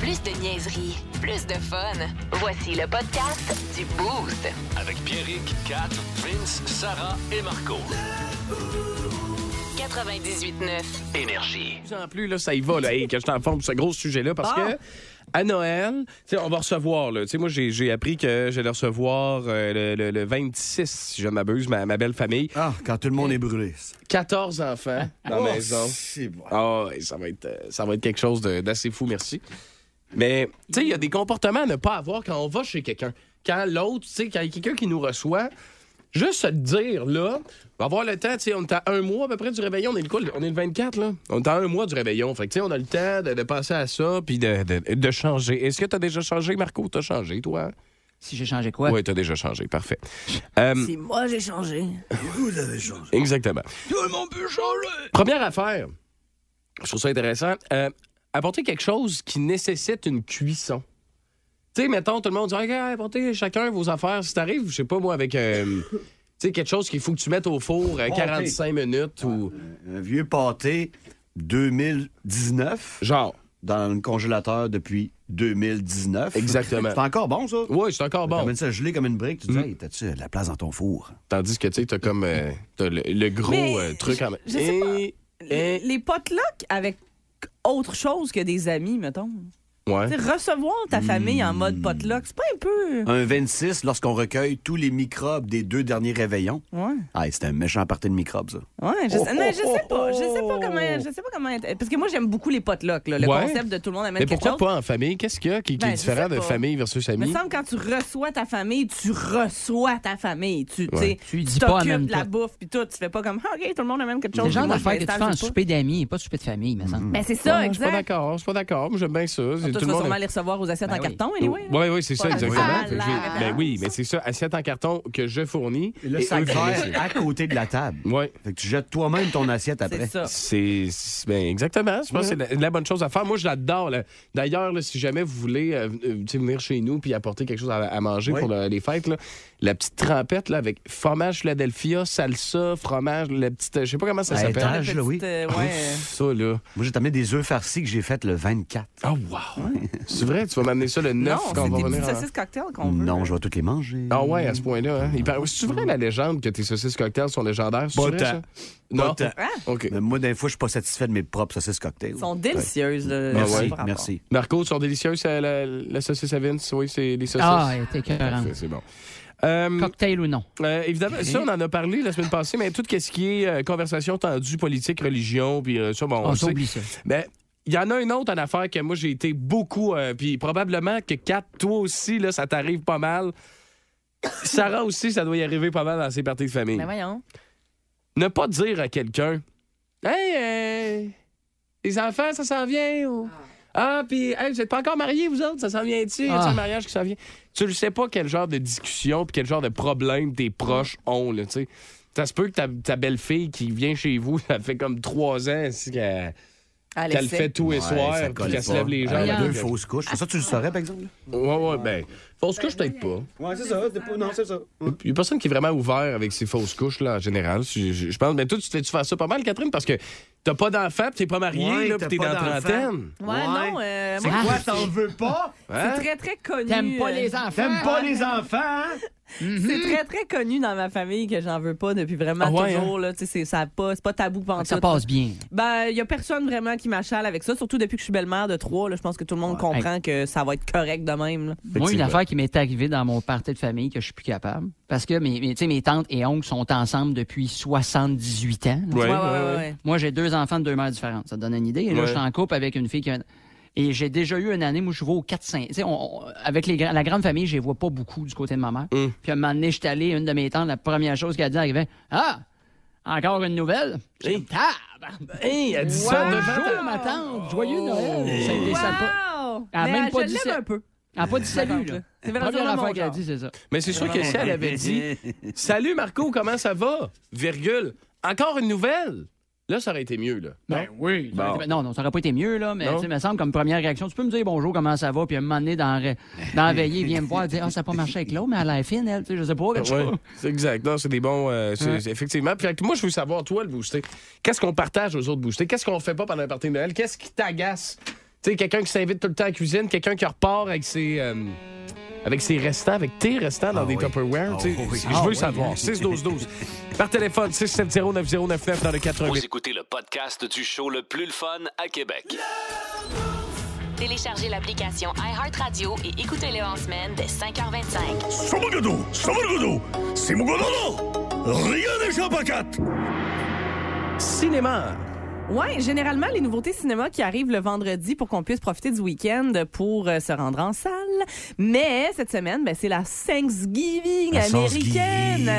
Plus de niaiserie, plus de fun. Voici le podcast du Boost. Avec Pierrick, Kat, Vince, Sarah et Marco. 98.9. Énergie. plus en plus, là, ça y va, là, hey, que je t'en forme ce gros sujet-là, parce Ah. que à Noël, tu sais, on va recevoir, là, tu sais, moi, j'ai j'ai appris que j'allais recevoir euh, le, le- le 26, si je ne m'abuse, ma, ma belle famille. Ah, quand tout le monde est brûlé. Oh, 14 enfants dans la maison. Ah, ouais, ça, va être, euh, ça va être quelque chose de- d'assez fou, merci. Mais, tu sais, il y a des comportements à ne pas avoir quand on va chez quelqu'un. Quand l'autre, tu sais, quand il y a quelqu'un qui nous reçoit, juste se dire, là, on va avoir le temps, tu sais, on est à un mois à peu près du réveillon, on est le, quoi, le- on est le 24, là. On est à un mois du réveillon. Fait que, tu sais, on a le temps de, de passer à ça puis de, de- de changer. Est-ce que t'as déjà changé, Marco? T'as changé, toi? Si j'ai changé quoi? Oui, ouais, t'as déjà changé, parfait. Euh, Si moi j'ai changé. Exactement. Première affaire, je trouve ça intéressant, euh, apporter quelque chose qui nécessite une cuisson. Tu sais, mettons, tout le monde dit, OK, apportez chacun vos affaires. Si t'arrives, je sais pas moi, avec euh, tu sais, quelque chose qu'il faut que tu mettes au four euh, Pâté. 45 minutes ou. Un vieux pâté 2019 Genre. dans le congélateur depuis 2019. Exactement. C'est encore bon, ça? Ouais, c'est encore bon. Mm. T'amènes ça gelé comme une brique, tu te dis, hey, t'as-tu de la place dans ton four? Tandis que, tu sais, t'as comme euh, t'as le, le Mais gros euh, truc en je sais pas. Et- Les, et- les potlucks avec autre chose que des amis, mettons. Ouais. T'sais, recevoir ta famille en mode potluck, c'est pas un peu. Un 26 lorsqu'on recueille tous les microbes des deux derniers réveillons. Ouais. Ah, c'était un méchant party de microbes, ça. Ouais, je Oh, sais, non, je oh, sais pas. Je sais pas oh. comment. Je sais pas comment. être- Parce que moi, j'aime beaucoup les potlucks, là, le Ouais. concept de tout le monde amène Mais quelque pourquoi chose. pas en famille? Qu'est-ce qu'il y a qui, qui Ben, est je sais différent de pas. famille versus Il me ami? semble que quand tu reçois ta famille, tu reçois ta famille. Tu tu Ouais. sais, Tu tu dis pas en t'occupes même de la temps. bouffe puis tout. Tu fais pas comme Ah, OK, tout le monde amène quelque C'est chose. le genre Moi, je d'affaire que tu m'installe, fais en je sais pas. souper d'amis, pas souper de famille, mais ça. Ben c'est Ouais, ça, Je suis pas exact. d'accord, je suis pas d'accord. J'aime bien ça. Toi, Tout tu le vas monde sûrement les recevoir aux assiettes Ben en oui. carton, Oui, anyway. là. oui, c'est ça, Pas exactement. la Fait que j'ai- Ben oui, mais c'est ça, assiette en carton que je fournis. Et là, ça eux fournissent. crée à côté de la table. Ouais. Fait que tu jettes toi-même ton assiette après. C'est ça. C'est. c'est- ben, exactement. Je pense que c'est la, la bonne chose à faire. Moi, je l'adore. là. D'ailleurs, là, si jamais vous voulez euh, euh, tu sais, venir chez nous puis apporter quelque chose à, à manger Oui. pour le- les fêtes, là, la petite trempette là, avec fromage Philadelphia, salsa, fromage, la petite. euh, Je sais pas comment ça À s'appelle. étage. là, oui. Petite, euh, Ouf, ouais. Ça, là. Moi, j'ai t'amené des œufs farcis que j'ai fait le 24. Oh, wow. C'est vrai, tu vas m'amener ça le 9 Non, quand on c'est va des revenir. petits en- saucisses cocktails qu'on veut. Non, je vais toutes les manger. Ah ouais, à ce point-là. Hein? Il paraît- C'est vrai Mm. la légende que tes saucisses cocktails sont légendaires? C'est Pas vrai, tant. ça? Non. tant. Ah, OK. Mais moi, des fois, je suis pas satisfait de mes propres saucisses cocktails. elles sont délicieuses. là, Merci, par rapport. merci. Marco, sont délicieuses euh, la, la saucisse à Vince? Oui, c'est les saucisses. Ah, elle était écœurante. Parfait, c'est bon. Euh, Cocktail ou non. euh, évidemment, ça, on en a parlé la semaine passée, mais tout ce qui est euh, conversation tendue, politique, religion, puis euh, ça, bon, on On le sait. s'oublie Ah, ça. Mais Ben, il y en a une autre en affaire que moi, j'ai été beaucoup, euh, puis probablement que Kat, toi aussi, là, ça t'arrive pas mal. Sarah aussi, ça doit y arriver pas mal dans ses parties de famille. Ben Mais voyons. ne pas dire à quelqu'un Hey, euh, les enfants, ça s'en vient ou. Ah, puis, hey, vous n'êtes pas encore mariés, vous autres, ça s'en vient-tu? Y a Ah. un mariage qui s'en vient? Tu ne sais pas quel genre de discussion puis quel genre de problème tes proches ont, là, tu sais. Ça se peut que ta, ta belle-fille qui vient chez vous, ça fait comme trois ans si, qu'elle Allez, qu'elle le fait tous les Ouais, soirs, ça puis colle qu'elle se pas. lève les Elle a jambes. deux fausses couches. Ah. Ça, tu le saurais, par exemple? Ouais, ouais, ben. Fausse couche, peut-être pas. Ouais, c'est ça. Non, c'est ça. Il n'y a personne qui est vraiment ouvert avec ses fausses couches, là, en général. Je, je- je pense. Mais toi, tu fais, tu fais ça pas mal, Catherine, parce que t'as pas d'enfant, puis t'es pas marié, Ouais, là, t'as puis t'es dans pas la d'enfant. trentaine. Ouais, non. euh, C'est moi, quoi, t'en veux pas? Hein? c'est très, très connu. Ah, T'aimes pas euh, les Mhm. enfants? les enfants, hein? C'est très, très connu dans ma famille que j'en veux pas depuis vraiment Ah ouais, toujours. là. Tu sais, c'est- ça a pas, c'est pas tabou pendant Ça passe bien. Ben, il y a personne vraiment qui m'achale avec ça, surtout depuis que je suis belle-mère de trois. là. Je pense que tout le monde comprend que ça va être correct de même. là. Moi, une affaire qui m'est arrivée dans mon party de famille que je suis plus capable. Parce que mes, mes, tu sais, mes tantes et oncles sont ensemble depuis 78 ans. là. Ouais, Ouais, ouais, ouais, ouais. Moi, j'ai deux enfants de deux mères différentes. Ça te donne une idée. Et là, Ouais. je suis en couple avec une fille qui a- Et j'ai déjà eu une année où je vais au 4-5. Tu sais, on- on- avec les, gra- la grande famille, je les vois pas beaucoup du côté de ma mère. Puis à un moment donné, je suis allé, une de mes tantes, la première chose qu'elle a dit, elle arrivait Ah, encore une nouvelle? J'ai dit, Tabarnak! Hey, elle dit ça devant Bonjour, ma tante! Joyeux Noël! Ça a été sympa. Wow! Elle a Mais même elle- pas je dit l'aime ça. un peu. Elle n'a pas dit salut, là. C'est La vraiment première mon affaire qu'elle a genre. dit, c'est ça. Mais c'est sûr que si elle avait dit Salut Marco, comment ça va? Virgule. Encore une nouvelle? Là, ça aurait été mieux, là. Ben oui. Bon. Non, non, ça aurait pas été mieux, là, mais Ah. Non. tu sais, il me semble comme première réaction, tu peux me dire bonjour, comment ça va, puis à un moment donné, dans, la- dans la veillée, il vient me voir, il dit, ah, ça n'a pas marché avec l'autre, mais elle a fine, elle, tu sais, je sais pas, quelque Ouais, chose. c'est exact. Non, c'est des bons. euh, c'est- c'est- Effectivement. Puis, fait que moi, je veux savoir, toi, le boosté, qu'est-ce qu'on partage aux autres boostés? Qu'est-ce qu'on fait pas pendant la partie de Noël? Qu'est-ce qui t'agace Tu sais, quelqu'un qui s'invite tout le temps à la cuisine, quelqu'un qui repart avec ses. euh, avec ses restants, avec tes restants dans Ah des oui. Tupperware. Ah tu sais, oui. Je Ah veux oui. savoir. 6-12-12. Par téléphone, 670-9099 dans le 88. Vous écoutez le podcast du show le plus le fun à Québec. Téléchargez l'application iHeartRadio et écoutez-le en semaine dès 5h25. Cinéma. Oui, généralement, les nouveautés cinéma qui arrivent le vendredi pour qu'on puisse profiter du week-end pour euh, se rendre en salle. Mais cette semaine, ben, c'est la Thanksgiving La américaine. Thanksgiving.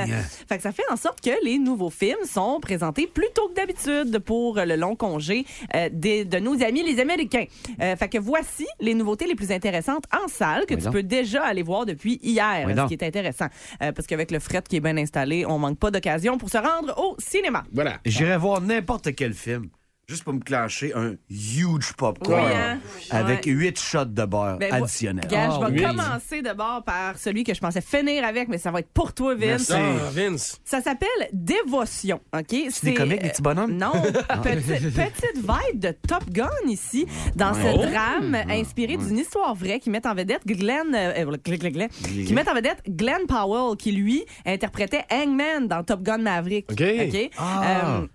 Fait que ça fait en sorte que les nouveaux films sont présentés plus tôt que d'habitude pour euh, le long congé euh, des- de nos amis les Américains. Euh, fait que voici les nouveautés les plus intéressantes en salle que Oui, tu donc. peux déjà aller voir depuis hier, Oui, ce donc. qui est intéressant. Euh, parce qu'avec le fret qui est bien installé, on manque pas d'occasion pour se rendre au cinéma. Voilà. Ah, J'irai voir n'importe quel film, juste pour me clencher un huge popcorn Oui, hein? avec Ouais. huit shots de beurre Ben, vo- additionnels. Gars, je Ah, vais oui. commencer d'abord par celui que je pensais finir avec, mais ça va être pour toi, Vince. Merci. Ah, Vince. Ça s'appelle Dévotion, OK? C'est euh, comiques, les petits bonhommes? Ah. Non, petite, petite vibe de Top Gun ici, dans ce Oh! drame Ah. inspiré d'une histoire vraie qui met en vedette Glenn... euh, euh, Glenn- Glenn- Glenn- qui met en vedette Glenn Powell, qui, lui, interprétait Hangman dans Top Gun Maverick. OK. OK? Ah. Euh,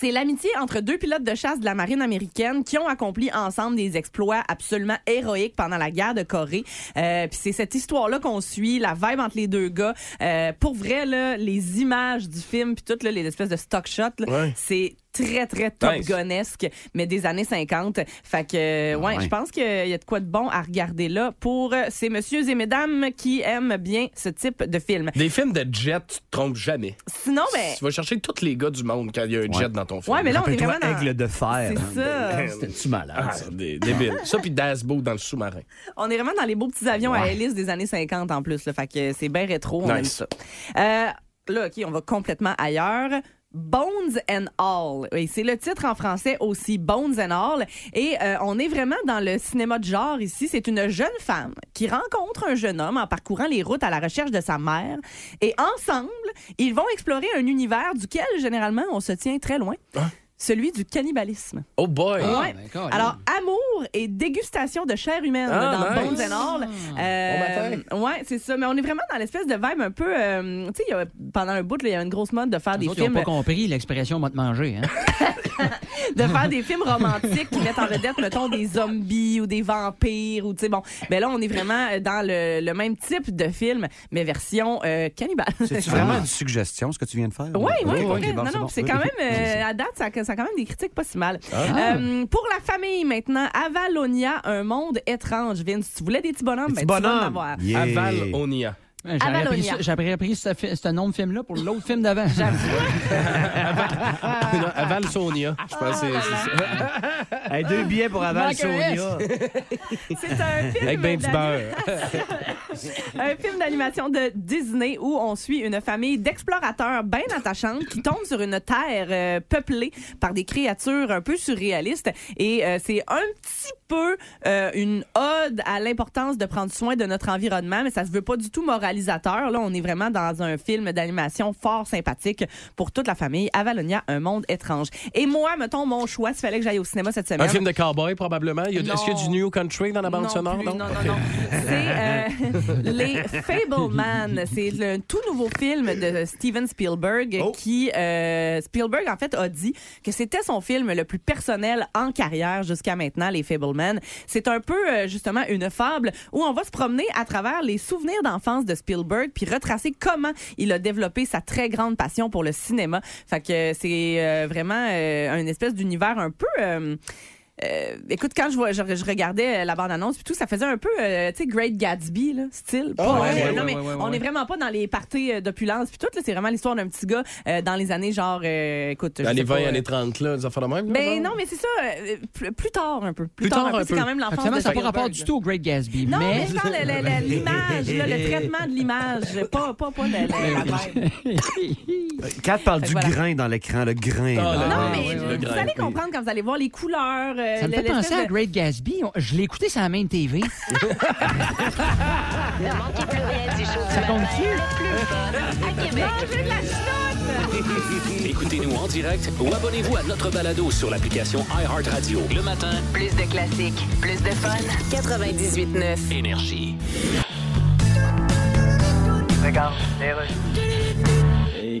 c'est l'amitié entre deux pilotes de chasse de la marine américaine qui ont accompli ensemble des exploits absolument héroïques pendant la guerre de Corée. Euh, Puis c'est cette histoire-là qu'on suit, la vibe entre les deux gars. Euh, pour vrai, là, les images du film, puis toutes là, les espèces de stock shots, là, Ouais. c'est très, très top Nice. gunesque, mais des années 50. Fait que, euh, ouais, ouais. je pense qu'il y a de quoi de bon à regarder là pour euh, ces messieurs et mesdames qui aiment bien ce type de film. Des films de jet, tu te trompes jamais. Sinon, Ah, mais... Tu vas chercher tous les gars du monde quand il y a un jet dans ton film. Ouais, mais là, on est Rappelle-toi, vraiment dans... Aigle de fer. C'est ça. C'était-tu malade? Ah, ça? c'est dé- débile. Ça, puis Dasbo dans le sous-marin. On est vraiment dans les beaux petits avions à hélice des années 50 en plus. Là, fait que c'est bien rétro, on Nice. aime ça. Euh, là, OK, on va complètement ailleurs. Bones and All. Oui, c'est le titre en français aussi, Bones and All. Et euh, on est vraiment dans le cinéma de genre ici. C'est une jeune femme qui rencontre un jeune homme en parcourant les routes à la recherche de sa mère. Et ensemble, ils vont explorer un univers duquel, généralement, on se tient très loin. Celui du cannibalisme. Oh boy. Ouais. ben, Colin. Alors, amour et dégustation de chair humaine Ah, dans nice. Bones and All. Euh, ouais, c'est ça. Mais on est vraiment dans l'espèce de vibe un peu. euh, tu sais, il y a- pendant un bout, là, il y a une grosse mode de faire Les des autres, ils n'ont films, pas compris l'expression m'a te manger. Hein? de faire des films romantiques qui mettent en vedette, mettons, des zombies ou des vampires ou tu sais bon. Ben là, on est vraiment euh, dans le, le même type de film, mais version euh, cannibale. C'est vraiment une suggestion, ce que tu viens de faire? Oui, oui, Ok, pour ok, vrai. bon, non, c'est non, bon. c'est Oui. quand même, euh, à date, ça, ça a quand même des critiques pas si mal. Euh, pour la famille, maintenant, Avalonia, un monde étrange. Vince, tu voulais des petits bonhommes, Petit ben, tu vas en bonhomme. avoir. Yeah. Aval Onia. Ouais, J'aurais Avalonia. appris, ça- j'aurais appris ce, fi- ce nom de film-là pour l'autre film d'avant. Non, Aval Sonia. Ah. Je pense que c'est- c'est ça. Hey, deux billets pour Aval Manque un S. Sonia. C'est un film Avec ben du d'animation- beurre. un film d'animation de Disney où on suit une famille d'explorateurs bien attachantes qui tombe sur une terre euh, peuplée par des créatures un peu surréalistes. Et euh, c'est un petit peu euh, une ode à l'importance de prendre soin de notre environnement, mais ça se veut pas du tout moralisateur. Là, on est vraiment dans un film d'animation fort sympathique pour toute la famille. Avalonia, un monde étrange. Et moi, mettons mon choix, s'il fallait que j'aille au cinéma cette semaine. Un film de cowboy, probablement. Il y a- Est-ce qu'il y a Non. du New Country dans la bande non sonore? plus, non, non, Ok. non. C'est euh, les Fableman. C'est le tout nouveau film de Steven Spielberg Oh. qui euh, Spielberg en fait a dit que c'était son film le plus personnel en carrière jusqu'à maintenant. Les Fableman. C'est un peu euh, justement une fable où on va se promener à travers les souvenirs d'enfance de Spielberg puis retracer comment il a développé sa très grande passion pour le cinéma. Fait que euh, c'est euh, vraiment euh, une espèce d'univers un peu euh, euh, écoute, quand je, vois, je, je regardais euh, la bande-annonce puis tout, ça faisait un peu, euh, tu sais, Great Gatsby, là, style. ouais, Pas, euh, ouais, non, ouais, mais ouais, ouais, on ouais. est vraiment pas dans les parties euh, d'opulence puis tout, là, c'est vraiment l'histoire d'un petit gars euh, dans les années genre, euh, écoute, je Dans sais les pas, 20, euh, années 30, là, des affaires de même. là, Ben non, mais c'est ça, euh, plus, plus tard un peu. Plus, Plus tard, tard, un un peu, c'est peu. quand même l'enfance Finalement, de ça n'a pas rapport Spielberg. du tout au Great Gatsby. Non, mais, mais... je parle le- le- le- l'image, là, le traitement de l'image, pas, pas, pas le- le- la vibe. Kat parle Fait du que voilà. grain dans l'écran, le grain. Ah, là. le- Non, ouais, mais ouais, vous ouais. Le allez grain. comprendre quand vous allez voir les couleurs. euh, Ça me fait l'espèce penser à de- Great Gatsby. On- Je l'ai écouté sur la même TV. Ne manquez plus rien du show du Ça matin. compte-tu? Le plus fun à Québec. Mangez de la chenoute! Écoutez-nous en direct ou abonnez-vous à notre balado sur l'application iHeartRadio. Le matin, Plus de classiques, plus de fun. 98.9. énergie. Et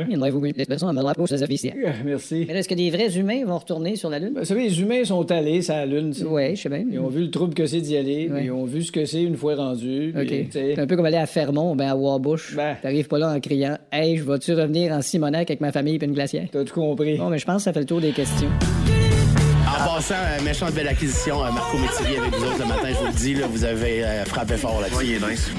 ouais. Il y en aurait voulu des personnes à me droit pour ses officiels. Euh, Merci. Mais là, est-ce que des vrais humains vont retourner sur la Lune? Vous savez, les humains sont allés sur la Lune. tu sais. Oui, je sais bien. Ils ont vu le trouble que c'est d'y aller, puis Ouais. ils ont vu ce que c'est une fois rendu. puis, OK. tu sais. C'est un peu comme aller à Fermont, ben à Wabush. Ben. T'arrives pas là en criant Hey, je vas-tu revenir en Simonac avec ma famille et une glacière? T'as tout compris. Bon, mais je pense que ça fait le tour des questions. En passant, euh, méchante belle acquisition, euh, Marco Métivier avec vous autres le matin, je vous le dis, là, vous avez euh, frappé fort là-dessus. il est nice.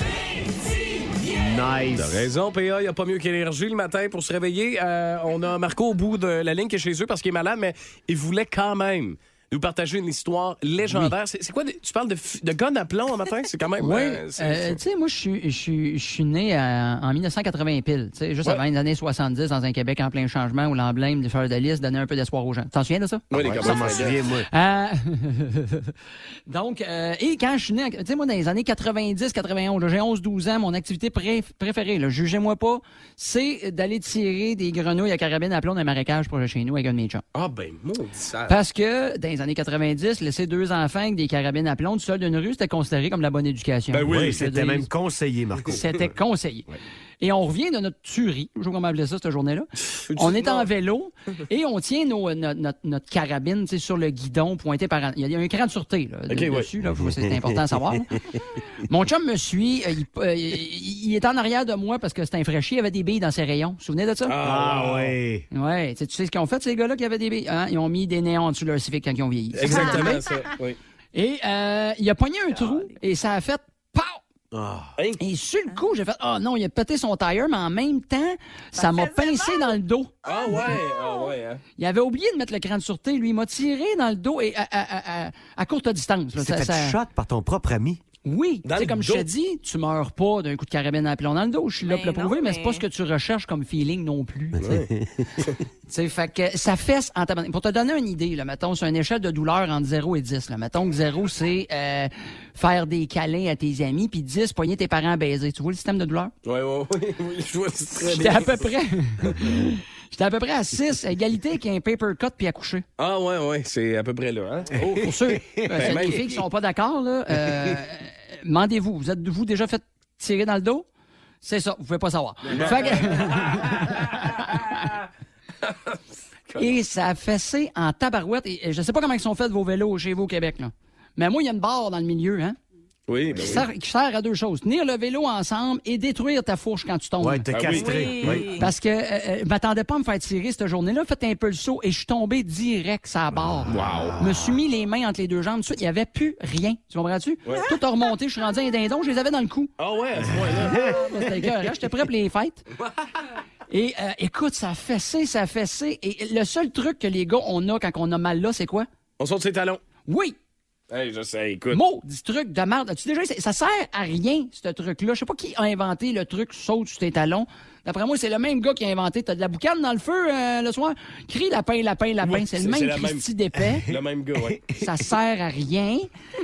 T'as raison, PA, il n'y a pas mieux qu'énergie le matin pour se réveiller. Euh, on a Marco au bout de la ligne qui est chez eux parce qu'il est malade, mais il voulait quand même nous partager une histoire légendaire. C'est- C'est quoi, de- tu parles de, f- de gun à plomb un matin? C'est quand même... Oui, euh, c'est- euh, tu sais, moi, je suis- je suis je suis né à- en 1980 pile, tu sais, juste Ouais. avant les années 70, dans un Québec en plein changement où l'emblème des fleurs de lys donnait un peu d'espoir aux gens. T'en souviens de ça? Ouais, les gars, Je m'en souviens, moi. Euh, Donc, euh, et quand je suis né, en- tu sais, moi, dans les années 90-91, là, j'ai 11-12 ans, mon activité pré- préférée, là, jugez-moi pas, c'est d'aller tirer des grenouilles à carabine à plomb d'un marécage proche de chez nous avec un de mes chums. Ah ben, maudit ça. Parce que, dans les années 90, laisser deux enfants avec des carabines à plomb du sol d'une rue, c'était considéré comme la bonne éducation. Ben oui, Je veux Oui, dire, C'était même conseillé, Marco. C'était conseillé. Et on revient de notre tuerie, je sais pas comment appeler ça cette journée-là. On est en vélo et on tient nos, euh, notre, notre- notre carabine tu sais, sur le guidon pointé par... un- Il y a un écran de sûreté là, de- Ok, ouais. dessus, là, faut- c'est important à savoir. là. Mon chum me suit, euh, il, euh, il- il est en arrière de moi parce que c'est un fraîchier, il avait des billes dans ses rayons. Vous vous souvenez de ça? Ah ouais. Ouais, tu sais- tu sais ce qu'ils ont fait ces gars-là qui avaient des billes? hein? Ils ont mis des néons dessus leur civique quand ils ont vieilli. Exactement ça, oui. Et euh, il a pogné un trou et ça a fait... Pow! Ah. Et sur le coup, j'ai fait Ah non, il a pété son tire, mais en même temps, ça m'a pincé dans le dos. Ah ouais, ah ouais. hein. Il avait oublié de mettre le cran de sûreté, lui. Il m'a tiré dans le dos et à, à- à- à- à courte distance. là. C'était Ça- ça- shot par ton propre ami. Oui, Dans tu sais, le comme je dos. te dis, tu meurs pas d'un coup de carabine à plomb dans le dos. Je suis là Ben pour le non, prouver, mais, c'est pas mais- ce que tu recherches comme feeling non plus. tu sais. Tu sais, fait que ça fesse en tabarnak. Pour te donner une idée, là, mettons, c'est une échelle de douleur entre 0 et 10. Là. Mettons que 0, c'est euh, faire des câlins à tes amis, puis 10, poigner tes parents à baiser. Tu vois le système de douleur? Ouais, ouais, ouais, oui, je vois c'est très J'étais bien. à peu près. J'étais à peu près à 6, égalité avec un paper cut puis accouché. Ah ouais, ouais, c'est à peu près là. Hein? Oh, Pour ceux, euh, celles même. les filles qui sont pas d'accord, là, euh, euh, demandez-vous, vous êtes-vous déjà fait tirer dans le dos? C'est ça, vous pouvez pas savoir. Fait que- et ça a fessé en tabarouette. Et et je sais pas comment ils sont faits de vos vélos chez vous au Québec, là. Mais moi, il y a une barre dans le milieu, hein, oui, ben qui oui. sert, qui sert à deux choses. Tenir le vélo ensemble et détruire ta fourche quand tu tombes. Ouais, t'as Ah oui. castré. Ouais. Oui. Parce que euh, euh, je m'attendais pas à me faire tirer cette journée-là. Faites un peu le saut et je suis tombé direct sur la barre. Je me suis mis les mains entre les deux jambes. Tout de suite, il n'y avait plus rien. Tu comprends-tu? Tout a remonté. Je suis rendu un dindon. Je les avais dans le cou. Ah ouais, à ce point-là. C'était écœurant. J'étais prêt pour les fêtes. Et euh, écoute, ça a fessé, ça a fessé. Et le seul truc que les gars, on a quand on a mal là, c'est quoi? On saute ses talons. Oui! Hey, je sais, écoute. Mot, dit truc de merde. As-tu déjà essayé? Ça sert à rien, ce truc-là. Je sais pas qui a inventé le truc saute sur tes talons. D'après moi, c'est le même gars qui a inventé. T'as de la boucane dans le feu euh, le soir. Crie lapin, lapin, lapin. Oui, c'est c'est- le c'est même la même. Christy d'épais. Le même gars, ouais. Ça sert à rien.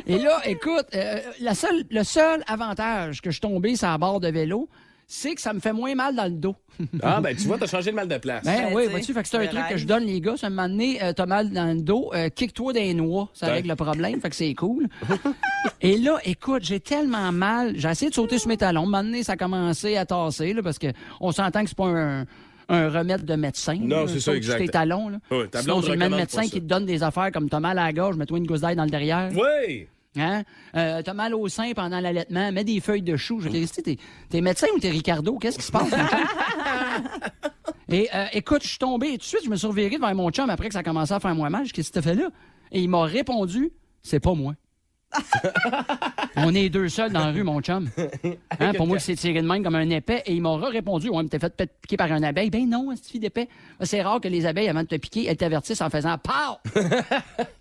Et là, écoute, euh, la seule, le seul avantage que je suis tombé sur la barre de vélo, c'est que ça me fait moins mal dans le dos. Ah ben tu vois, t'as changé le mal de place. Ben Ben, oui, tu sais, vois-tu, fait que c'est un le truc rêve. que je donne les gars, ça moment donné, euh, t'as mal dans le dos, euh, kick-toi des noix, ça Ouais. règle le problème, fait que c'est cool. Et là, écoute, j'ai tellement mal, j'ai essayé de sauter sur mes talons, un moment donné, ça a commencé à tasser, là, parce que on s'entend que c'est pas un, un remède de médecin. Non, là, c'est ça, saute sur exact. tes talons, là. Ouais, ta Sinon, blonde c'est le même recommande pas médecin ça. qui te donne des affaires comme t'as mal à la gorge, mets-toi une gousse d'ail dans le derrière. Oui! Hein? Euh, t'as mal au sein pendant l'allaitement, mets des feuilles de chou. Je veux dire, t'es, t'es médecin ou t'es Ricardo? Qu'est-ce qui se passe? et euh, écoute, je suis tombé et tout de suite, je me suis reviré devant mon chum après que ça commençait à faire moins mal. Je dis, Qu'est-ce que t'as fait là? Et il m'a répondu, c'est pas moi. On est deux seuls dans la rue, mon chum. Hein, pour quelqu'un. moi, c'est tiré de même comme un épais. Et il m'aura répondu Ouais, mais t'es fait pe- piquer par un abeille. Ben non, cette fille d'épais. C'est rare que les abeilles, avant de te piquer, elles t'avertissent en faisant Pow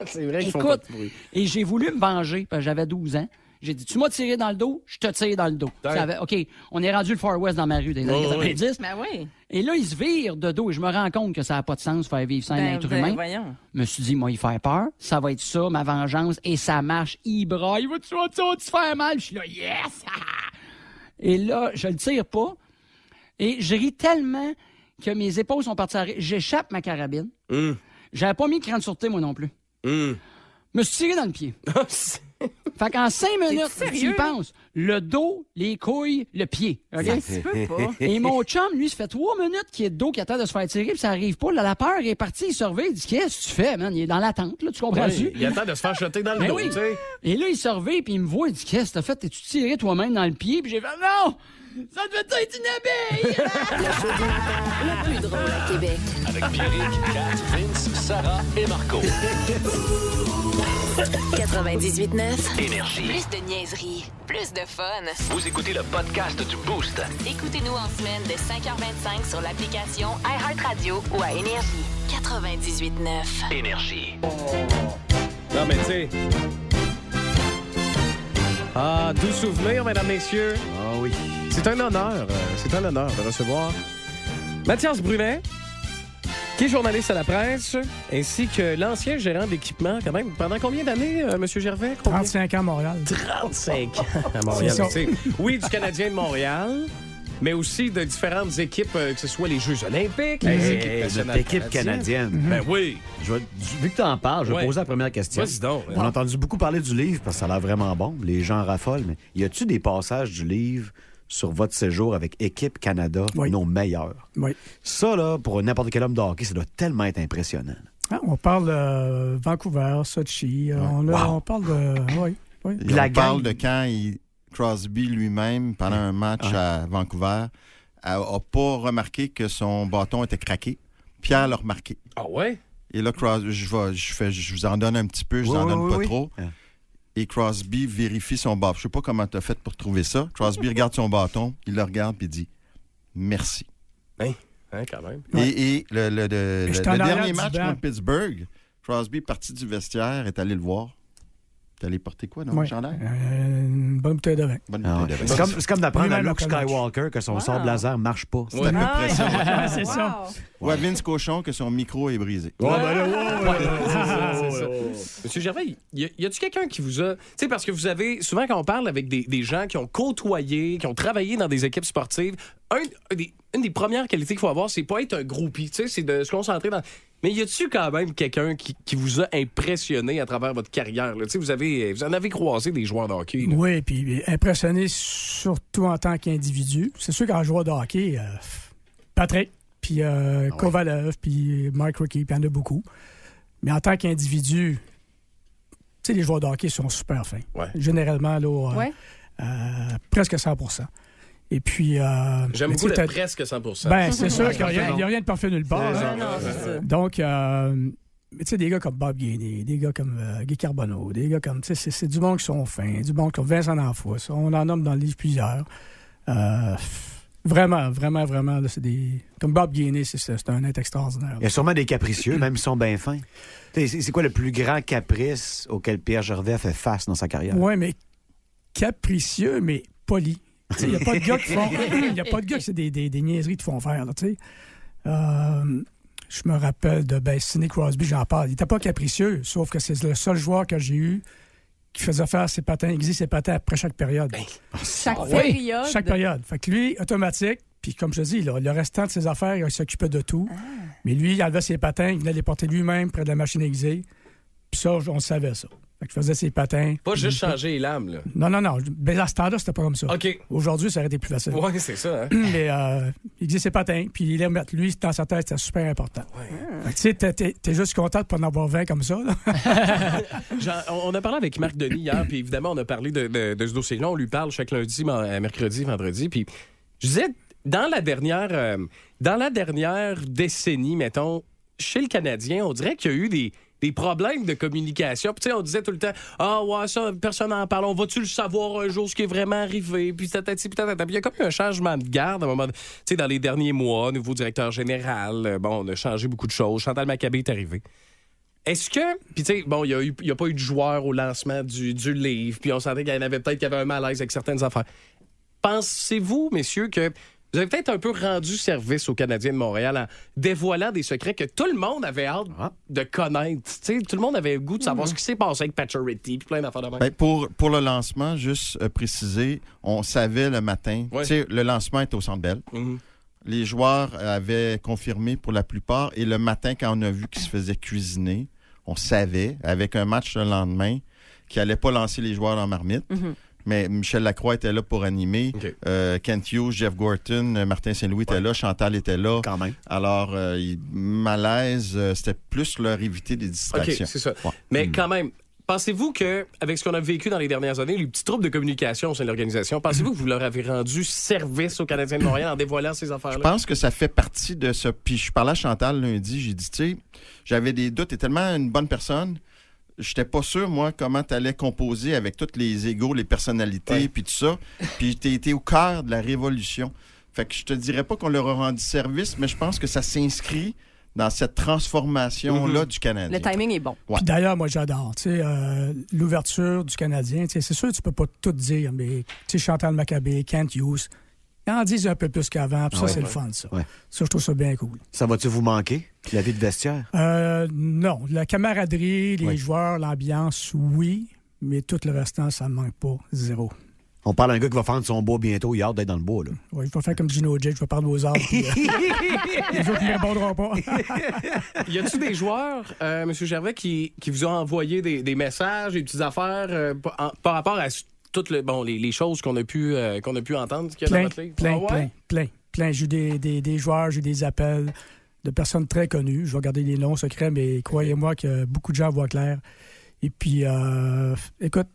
C'est vrai qu'ils font pas Écoute, de bruit. et j'ai voulu me venger, parce que j'avais 12 ans. J'ai dit, tu m'as tiré dans le dos, je te tire dans le dos. Damn. Ça avait- OK, on est rendu le Far West dans ma rue des années Oh, oui. 90. Ben oui. Et là, ils se virent de dos et je me rends compte que ça n'a pas de sens de faire vivre ça à un Ben, être ben, humain. voyons. Je me suis dit, moi, il faire peur, ça va être ça, ma vengeance, et ça marche. Il braille, il va te faire- tu vas te faire mal. Je suis là, yes! ah! Et là, je le tire pas. Et je ris tellement que mes épaules sont parties à rire. J'échappe ma carabine. J'avais pas mis de cran de sûreté, moi non plus. Me suis tiré dans le pied. fait qu'en cinq minutes, tu y sérieux? penses, le dos, les couilles, le pied. OK? Ça se peut pas. Et mon chum, lui, ça fait trois minutes qu'il est de dos, qu'il attend de se faire tirer, puis ça arrive pas. Là, la peur est partie, il surveille, il dit Qu'est-ce que tu fais, man Il est dans l'attente, là, tu comprends-tu Oui, il attend de se faire shotter dans le Ben dos, oui. tu sais. Et là, il se revient, puis il me voit, il dit Qu'est-ce que t'as fait T'es-tu tiré toi-même dans le pied Puis j'ai fait Non Ça devait être une abeille Le plus drôle à Québec. Avec Pierrick, Kat, Vince, Sarah et Marco. 98.9. Énergie. Plus de niaiserie, plus de fun. Vous écoutez le podcast du Boost. Écoutez-nous en semaine de 5h25 sur l'application iHeartRadio ou à Énergie. 98.9. Énergie. Non, mais tu sais. Ah, doux souvenir, mesdames, messieurs. Ah oui. C'est un honneur, euh, c'est un honneur de recevoir Mathias Brunet, qui est journaliste à la presse, ainsi que l'ancien gérant d'équipement, quand même. Pendant combien d'années, euh, Monsieur Gervais? 35 ans à Montréal. 35 à Montréal, C'est ça. tu sais. Oui, du Canadien de Montréal, mais aussi de différentes équipes, euh, que ce soit les Jeux olympiques, Hey, les hey, équipes hey, nationales notre équipe canadienne. Ben oui. Je vais- vu que tu en parles, je vais Ouais. poser la première question. Vas-y donc, ouais. On a entendu beaucoup parler du livre parce que ça a l'air vraiment bon. Les gens raffolent, mais y a-tu des passages du livre sur votre séjour avec Équipe Canada, nos meilleurs? Oui. Ça, là, pour n'importe quel homme de hockey, ça doit tellement être impressionnant. Ah, on parle euh, Vancouver, Sochi. euh, on, là, on parle de. ah Oui. oui. Et on parle de quand il- Crosby lui-même, pendant un match Ah. à Vancouver, a, a pas remarqué que son bâton était craqué. Pierre l'a remarqué. Ah ouais? Et là, Crosby, je, vais- je fais- Ben, je vous en donne un petit peu, je vous Oui, en oui, donne oui, pas oui. Ah. trop. Et Crosby vérifie son bâton. Je sais pas comment tu as fait pour trouver ça. Crosby regarde son bâton, il le regarde puis il dit merci. Hein? Hein, quand même. Et, et le, le- le- le- j'étais en le arrière Ben, dernier du match banc. contre Pittsburgh, Crosby est parti du vestiaire, est allé le voir. T'es allé porter quoi, non, Ouais. chandail? Euh, une bonne bouteille de vin. Bonne Ah ouais. bouteille de vin. C'est comme, c'est comme d'apprendre à Lui-même Luke l'a connu. Skywalker que son sort de laser marche pas. C'est à peu près Ah, ça. Ouais, c'est ça. Ou à Vince Cochon que son micro est brisé. Ouais, ben là, ouais, ouais, ouais, oh. c'est ça, c'est ça. Monsieur Gervais, y a- y a-tu quelqu'un qui vous a. Tu sais, parce que vous avez. Souvent, quand on parle avec des, des gens qui ont côtoyé, qui ont travaillé dans des équipes sportives, un, un des- une des premières qualités qu'il faut avoir, c'est pas être un groupie. Tu sais, c'est de se concentrer dans. Mais y a-tu quand même quelqu'un qui, qui vous a impressionné à travers votre carrière? là? Tu sais, vous, avez, vous en avez croisé des joueurs de hockey. là. Oui, puis impressionné surtout en tant qu'individu. C'est sûr qu'en joueur de hockey, euh, Patrick, puis Ah euh, Kovalev, puis Mike Ricky, puis il y en a beaucoup. Mais en tant qu'individu, tu sais, les joueurs de hockey sont super fins. Généralement, là, euh, Ouais. euh, presque 100 Et puis. euh, J'aime beaucoup mais tu sais, le t'as- presque 100 Ben, c'est sûr Ouais, qu'il n'y a, rien- il y a rien de parfait nulle part. C'est hein. ça. Non, c'est ça. Donc, euh, mais tu sais, des gars comme Bob Gainey, des gars comme euh, Guy Carbonneau, des gars comme. Tu sais, c'est- c'est du monde qui sont fins, du monde comme Vincent Lanfois. ça, On en nomme dans le livre plusieurs. Euh, vraiment, vraiment, vraiment. là, c'est des... Comme Bob Gainey, c'est- c'est c'est un être extraordinaire. Il y a sûrement des capricieux, même s'ils sont bien fins. Tu sais, C'est c'est quoi le plus grand caprice auquel Pierre Gervais a fait face dans sa carrière? Oui, mais capricieux, mais poli. Tu sais, Il n'y a pas de gars qui font. Il y a pas de gars qui c'est des, des, des niaiseries qui font faire. là, tu sais. Euh, je me rappelle de ben, Sidney Crosby, j'en parle. Il n'était pas capricieux, sauf que c'est le seul joueur que j'ai eu qui faisait faire ses patins, exiger ses patins après chaque période. Chaque Oui, période. Chaque période. Fait que lui, automatique, puis comme je te dis, là, le restant de ses affaires, il s'occupait de tout. Mais lui, il enlevait ses patins, il venait les porter lui-même près de la machine à aiguiser. Puis ça, on savait ça. Fait que je faisais ses patins. Pas juste changer les lames, là. Non, non, non. Mais à ce temps-là, c'était pas comme ça. OK. Aujourd'hui, ça aurait été plus facile. Ouais, c'est ça, hein. Mais euh, il disait ses patins, puis il les remettre. Lui, dans sa tête, c'était super important. Fait que, Tu sais, t'es- t'es t'es juste content de pas en avoir 20 comme ça. là. Jean, on on a parlé avec Marc Denis hier, puis évidemment, on a parlé de, de- de ce dossier-là. On lui parle chaque lundi, ma- mercredi, vendredi. Puis je disais, dans la dernière, euh, dans la dernière décennie, mettons, chez le Canadien, on dirait qu'il y a eu des, des problèmes de communication. Puis, tu sais, on disait tout le temps Ah, ouais, ça, personne n'en parle. On va-tu le savoir un jour ce qui est vraiment arrivé? Puis, tatati, puis tatata. Puis, il y a comme eu un changement de garde à un moment. Tu sais, dans les derniers mois, nouveau directeur général. euh, Bon, on a changé beaucoup de choses. Chantal Maccabé est arrivée. Est-ce que. Puis, tu sais, bon, il n'y a, pas eu de joueur au lancement du, du livre, puis on sentait qu'il y en avait peut-être qu'il y avait un malaise avec certaines affaires. Pensez-vous, messieurs, que vous avez peut-être un peu rendu service aux Canadiens de Montréal en dévoilant des secrets que tout le monde avait hâte de connaître? Tu sais, tout le monde avait le goût de savoir ce qui s'est passé avec Paturity, puis plein d'affaires de même. Ben, pour, pour le lancement, juste euh, préciser, on savait le matin. Ouais. Tu Mm-hmm. sais, Le lancement était au Centre Bell. Les joueurs avaient confirmé pour la plupart. Et le matin, quand on a vu qu'ils se faisaient cuisiner, on savait, avec un match le lendemain, qu'ils n'allaient pas lancer les joueurs en marmite. Mais Michel Lacroix était là pour animer. Euh, Kent Hughes, Jeff Gorton, euh, Martin Saint-Louis étaient là, Chantal était là. Quand même. Alors, euh, il- malaise, euh, c'était plus leur éviter des distractions. OK, c'est ça. Ouais. Mais quand même, pensez-vous que, avec ce qu'on a vécu dans les dernières années, les petits troubles de communication au sein de l'organisation, pensez-vous que vous leur avez rendu service aux Canadiens de Montréal en dévoilant ces affaires-là? Je pense que ça fait partie de ça. Puis je parlais à Chantal lundi, j'ai dit, tu sais, j'avais des doutes, t'es tellement une bonne personne. J'étais pas sûr, moi, comment t'allais composer avec tous les égaux, les personnalités, puis tout ça. Puis t'es été au cœur de la révolution. Fait que je te dirais pas qu'on leur a rendu service, mais je pense que ça s'inscrit dans cette transformation-là du Canada. Le timing est bon. Ouais. Puis d'ailleurs, moi, j'adore tu sais, euh, l'ouverture du Canadien. tu sais, C'est sûr, tu peux pas tout dire, mais tu sais, Chantal Maccabé, Kent Hughes, ils en disent un peu plus qu'avant. Puis ça, Ouais. c'est le fun, ça. Ouais. Ça, je trouve ça bien cool. Ça va-tu vous manquer, la vie de vestiaire? Euh, non, la camaraderie, les Oui. joueurs, l'ambiance, oui, mais tout le restant, ça me manque pas. Zéro. On parle à un gars qui va faire de son bois bientôt, il a hâte d'être dans le bois. Là. Ouais, je vais faire comme Gino J, je vais parler aux arbres. puis, euh, les autres ne répondront pas. Y a-tu des joueurs, euh, M. Gervais, qui, qui vous ont envoyé des, des messages, des petites affaires euh, par, en- par rapport à s- toutes le, bon, les, les choses qu'on a, pu, euh, qu'on a pu entendre qu'il y a dans plein, votre livre? plein, Ah ouais? plein, plein, plein. J'ai eu des, des, des joueurs, j'ai eu des appels de personnes très connues. Je vais garder les noms secrets, mais croyez-moi que beaucoup de gens voient clair. Et puis, euh, écoute,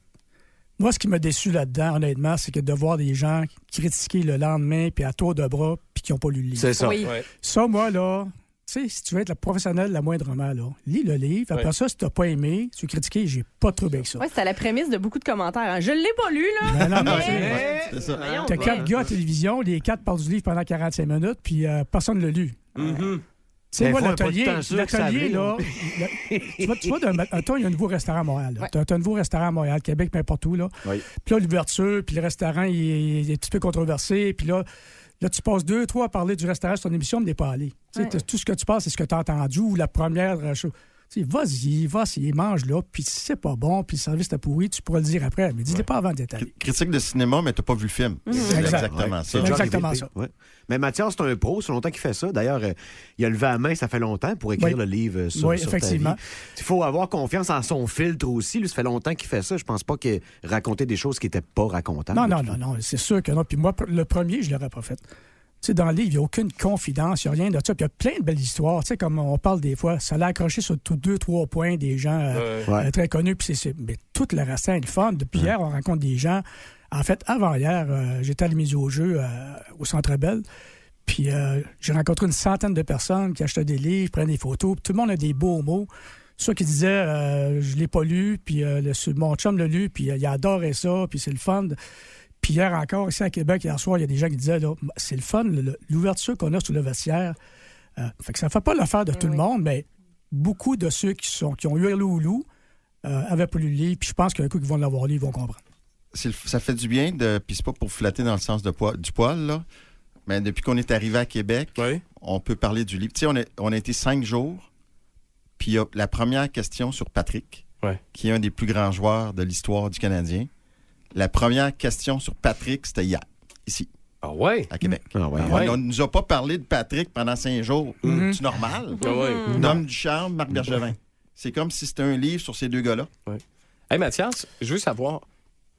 moi, ce qui m'a déçu là-dedans, honnêtement, c'est que de voir des gens critiquer le lendemain, puis à tour de bras, puis qui n'ont pas lu le livre. C'est ça. Oui. Ouais. Ça, moi, là, tu sais, si tu veux être le professionnel la moindrement, là, lis le livre. Après Ouais. ça, si tu n'as pas aimé, tu critiqué, j'ai pas trop bien que ça. Ouais, c'était la prémisse de beaucoup de commentaires. hein. Je l'ai pas lu, là. Ben non, mais mais- c'est- T'as quatre gars à télévision, les quatre parlent du livre pendant 45 minutes, puis euh, personne ne l'a lu. Tu sais, Des moi, fois, on a pas l'atelier, le temps sûr que ça Mm. l'atelier, vire. là, le- tu vois, tu vois, d'un- attends, il y a un nouveau restaurant à Montréal. là. T'as t'as un nouveau restaurant à Montréal, Québec, peu importe où, là. Puis là, l'ouverture, puis le restaurant, il est, il est un petit peu controversé, puis là, là, tu passes deux, trois à parler du restaurant sur ton émission, mais n'est pas allé. Tu sais, Ouais. t'as- Tout ce que tu passes, c'est ce que tu as entendu ou la première euh, chose. Tu sais, vas-y, vas-y, mange là, puis si c'est pas bon, puis le service t'a pourri, tu pourras le dire après, mais dis-le pas avant d'être allé. Critique de cinéma, mais t'as pas vu le film. C'est exactement Ouais, ça. c'est déjà Exactement arrivé. Ouais. Mais Mathias, c'est un pro, c'est longtemps qu'il fait ça. D'ailleurs, euh, il a levé la main, ça fait longtemps, pour écrire Oui. le livre euh, sur, Oui, sur effectivement. ta vie. Il faut avoir confiance en son filtre aussi. Lui, ça fait longtemps qu'il fait ça. Je pense pas qu'il racontait des choses qui n'étaient pas Ah, racontables. Non, non, non, non, c'est sûr que non. Puis moi, pr- le premier, je l'aurais pas fait. Tu sais, dans le livre, il n'y a aucune confidence, il n'y a rien de ça. Puis il y a plein de belles histoires, tu sais, comme on parle des fois. Ça l'a accroché sur tout deux, trois points des gens euh, Ouais. euh, très connus. Puis c'est- c'est- mais tout le restant est le fun. Depuis hier, on rencontre des gens. En fait, avant-hier, euh, j'étais à la mise au jeu euh, au Centre Bell. Puis euh, j'ai rencontré une centaine de personnes qui achetaient des livres, prenaient des photos. Puis tout le monde a des beaux mots. Ceux qui disaient euh, je l'ai pas lu, puis euh, le- mon chum l'a lu, puis euh, il adorait ça, puis c'est le fun. Puis hier encore, ici à Québec, hier soir, il y a des gens qui disaient là, c'est le fun, le- le- l'ouverture qu'on a sur le vestiaire. Euh, fait que ça ne fait pas l'affaire de tout le monde, mais beaucoup de ceux qui, sont, qui ont eu le loup euh, avaient pas lu le livre, puis je pense qu'un coup qu'ils vont l'avoir lu, ils vont comprendre. c'est le- ça fait du bien de. Puis c'est pas pour flatter dans le sens de poil- du poil, là. Mais depuis qu'on est arrivé à Québec, on peut parler du livre. Tu sais, on a, on a été cinq jours. Puis il y a la première question sur Patrick, qui est un des plus grands joueurs de l'histoire du Canadien. La première question sur Patrick, c'était hier, ici. Ah ouais? À Québec. ouais. Mm-hmm. On- Ah ouais. On ne nous a pas parlé de Patrick pendant cinq jours. C'est normal. Ah ouais. Dom Ducharme, Mm-hmm. Marc Bergevin. C'est comme si c'était un livre sur ces deux gars-là. Hey Mathias, je veux savoir.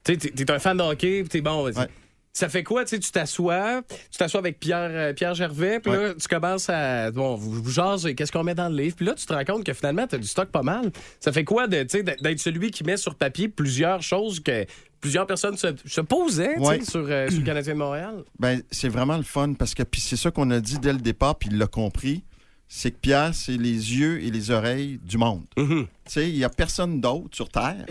Tu sais, t'es- t'es un fan de hockey, puis t'es bon. vas-y. Ça fait quoi, tu sais, tu t'assois, tu t'assois avec Pierre, euh, Pierre Gervais, puis là, tu commences à. Bon, vous, vous jasez, qu'est-ce qu'on met dans le livre, puis là, tu te rends compte que finalement, t'as du stock pas mal. Ça fait quoi de, tu sais, d'être d'être celui qui met sur papier plusieurs choses que plusieurs personnes se, se posaient, tu sais, Ouais. sur, euh, sur le Canadien de Montréal? Ben, c'est vraiment le fun parce que puis c'est ça qu'on a dit dès le départ, puis il l'a compris. c'est que Pierre, c'est les yeux et les oreilles du monde. Mm-hmm. Tu sais, il n'y a personne d'autre sur Terre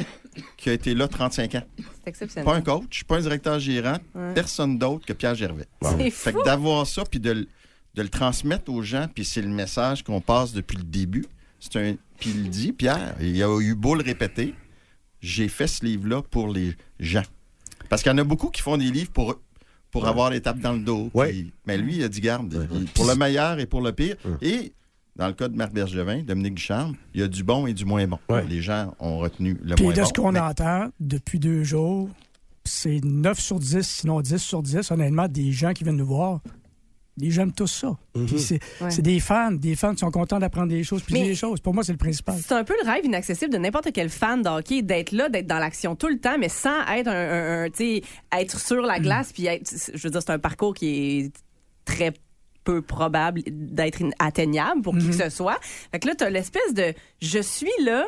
qui a été là 35 ans. C'est exceptionnel. Pas un coach, pas un directeur gérant, Ouais. personne d'autre que Pierre Gervais. Wow. C'est Fait fou. que d'avoir ça, puis de, le- de le transmettre aux gens, puis c'est le message qu'on passe depuis le début. C'est un... Puis il le dit, Pierre, il a eu beau le répéter, j'ai fait ce livre-là pour les gens. Parce qu'il y en a beaucoup qui font des livres pour pour avoir les tapes dans le dos. puis- Mais lui, il a dit garde. il- Pour le meilleur et pour le pire. Et dans le cas de Marc Bergevin, Dominique Ducharme, il y a du bon et du moins bon. Les gens ont retenu le Puis moins de bon. ce qu'on entend depuis deux jours, c'est 9 sur 10, sinon 10 sur 10, honnêtement, des gens qui viennent nous voir. Les gens aiment tous ça. Mm-hmm. Puis c'est Ouais. c'est des fans. Des fans qui sont contents d'apprendre des choses, puis Mais- des choses. Pour moi, c'est le principal. C'est un peu le rêve inaccessible de n'importe quel fan de hockey, d'être là, d'être dans l'action tout le temps, mais sans être un, un- un- tu sais, être sur la glace, puis être, je veux dire, c'est un parcours qui est très peu probable d'être in- atteignable pour qui Mm-hmm. que ce soit. Fait que là, t'as l'espèce de je suis là,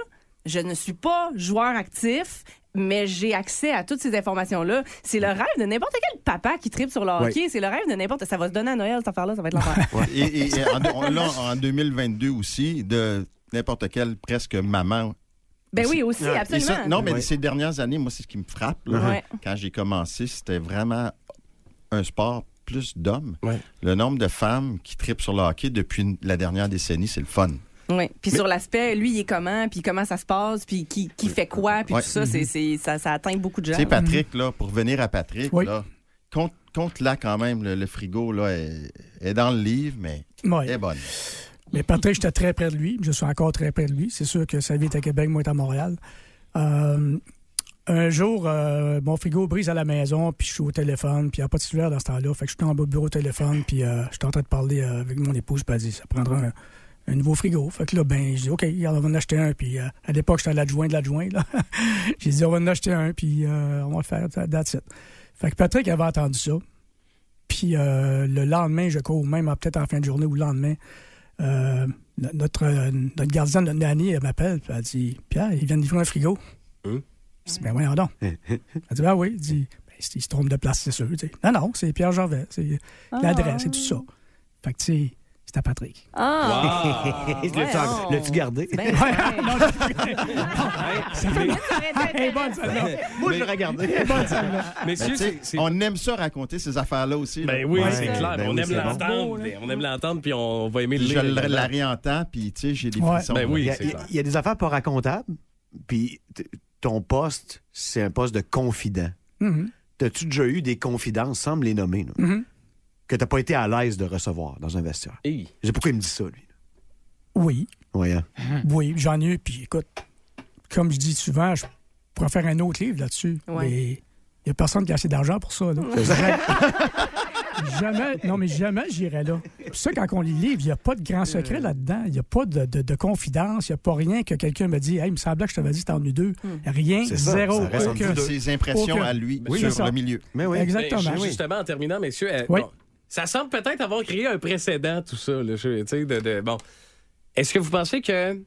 je ne suis pas joueur actif, mais j'ai accès à toutes ces informations-là. C'est le rêve de n'importe quel papa qui tripe sur le Ouais. hockey. C'est le rêve de n'importe. Ça va se donner à Noël, cette affaire-là, ça va être l'enfer. Et, et- et en, on l'a en 2022 aussi, de n'importe quelle presque maman. ben oui, aussi, Et absolument. ça- non, mais ces dernières années, moi, c'est ce qui me frappe. là. Ouais. Quand j'ai commencé, c'était vraiment un sport plus d'hommes. Le nombre de femmes qui tripent sur le hockey depuis une- la dernière décennie, c'est le fun. Oui, puis Mais- sur l'aspect, lui, il est comment, puis comment ça se passe, puis qui, qui fait quoi, puis Ouais. tout ça, c'est, c'est- ça, ça atteint beaucoup de gens. Tu sais, Patrick, là, pour venir à Patrick, Oui. là, compte, là quand même, le, le frigo là, est, est dans le livre, mais Ouais. est bonne. Mais Patrick, j'étais très près de lui. Je suis encore très près de lui. C'est sûr que sa vie est à Québec, moi, est à Montréal. Euh, un jour, euh, mon frigo brise à la maison, puis je suis au téléphone, puis il n'y a pas de cellulaire dans ce temps-là. Fait que je suis tombé au bureau au téléphone, puis euh, j'étais en train de parler euh, avec mon épouse, puis elle dit ça prendra un, un nouveau frigo. Fait que là, ben, je dis OK, regarde, on va en acheter un. Puis euh, à l'époque, j'étais l'adjoint de l'adjoint. là. J'ai dit on va en acheter un, puis euh, on va le faire. That's it. Fait que Patrick avait entendu ça. Puis euh, le lendemain, je cours, même euh, peut-être en fin de journée ou le lendemain, euh, no- notre, euh, notre gardien, notre nanny, elle m'appelle, puis elle dit Pierre, ils viennent livrer un frigo. Je dis Ben voyons donc. elle dit Ben oui. Elle dit ben, c'est- Ils se trompent de place, c'est sûr. Tu sais, Non, non, c'est Pierre Gervais, c'est Ah. l'adresse et tout ça. Fait que, tu sais, c'était Patrick. Ah! Wow! L'as-tu en- Voyons. l'as-tu gardé? Ouais. Ben, ouais. Non, Hey, bonne celle-là. Moi, je l'ai regardé. Messieurs, c'est- c'est- Ben, on aime ça raconter ces affaires-là aussi. là. Ben oui, Ouais. c'est clair. Ben on, oui, aime c'est bon. l'entendre, on aime l'entendre, puis on va aimer le Puis je lire. le- la réentends, puis tu sais, j'ai des Ouais. frissons. Ben oui, il, y a, c'est clair. il y a des affaires pas racontables, puis t- ton poste, c'est un poste de confident. Mhm. T'as-tu déjà eu des confidences, sans me les nommer, là, Mhm. que t'as pas été à l'aise de recevoir dans un vestiaire? Hey. Je sais pourquoi il me dit ça, lui. Oui, Voyons. oui, j'en ai eu. Puis écoute, comme je dis souvent, je pourrais faire un autre livre là-dessus. Ouais. Mais il n'y a personne qui a assez d'argent pour ça. là. Jamais- jamais, non, mais jamais j'irai là. Puis ça, quand on lit le livre, il n'y a pas de grand secret là-dedans. Il n'y a pas de, de- de confidence. Il n'y a pas rien que quelqu'un me dit Hey, il me semblait que je t'avais dit que t'en as eu deux. Rien, C'est ça, zéro. ça reste entre aucun- vous deux. Ses impressions à lui Oui, sur c'est ça. le milieu. Mais oui. Exactement. Ben, ju- Oui. Justement, en terminant, messieurs, euh, Oui. bon, ça semble peut-être avoir créé un précédent, tout ça. là, je- tu sais, de, de- bon. Est-ce que vous pensez que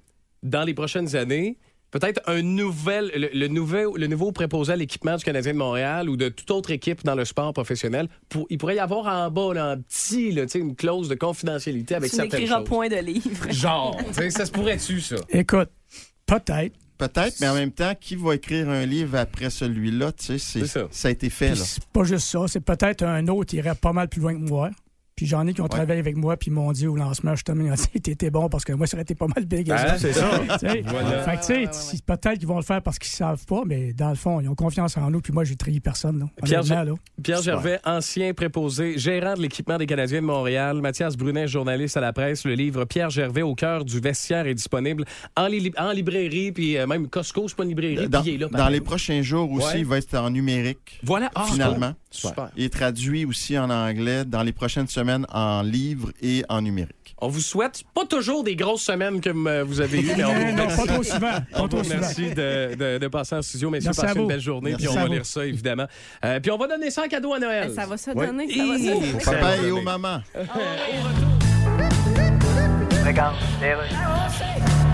dans les prochaines années, peut-être un nouvel, le, le nouvel, le nouveau préposé à l'équipement du Canadien de Montréal ou de toute autre équipe dans le sport professionnel, pour- il pourrait y avoir en bas, là, en petit, là, tu sais, une clause de confidentialité avec tu certaines n'écriras choses? point de livre. Genre, tu sais, ça se pourrait-tu, ça? Écoute, peut-être. Peut-être, mais en même temps, qui va écrire un livre après celui-là? Tu sais, c'est- ça. a été fait. Puis là. c'est pas juste ça, c'est peut-être un autre qui irait pas mal plus loin que moi. Puis j'en ai qui ont travaillé avec moi, puis ils m'ont dit au lancement, justement, ils ont dit, t'étais bon parce que moi, ça aurait été pas mal big. Hein? Ah, Ben, c'est ça. Tu sais, Voilà. Fait que, tu sais, si- peut-être qu'ils vont le faire parce qu'ils savent pas, mais dans le fond, ils ont confiance en nous, puis moi, j'ai trahi personne, non? Pierre, Honnêtement, Ger- là. Pierre Super. Gervais, ancien préposé, gérant de l'équipement des Canadiens de Montréal, Mathias Brunet, journaliste à la presse, le livre Pierre Gervais au cœur du vestiaire est disponible en, li- en librairie, puis euh, même Costco, c'est pas une librairie, Dans, puis il est là. dans les prochains jours aussi, Ouais. il va être en numérique. Voilà, Ah, finalement. super. Super. Et traduit aussi en anglais dans les prochaines semaines en livre et en numérique. On vous souhaite pas toujours des grosses semaines comme euh, vous avez eues, mais on vous Non, non, remercie. pas trop souvent, pas On vous trop souvent. remercie de, de- de passer en studio, messieurs. Merci à passez une vous. belle journée, Merci puis on à va vous. lire ça, évidemment. Euh, puis on va donner ça en cadeau à Noël. Eh, ça va se Ouais. donner, ça va se donner. Au Ça va papa se et aux donner. mamans. Ah ouais. Regarde,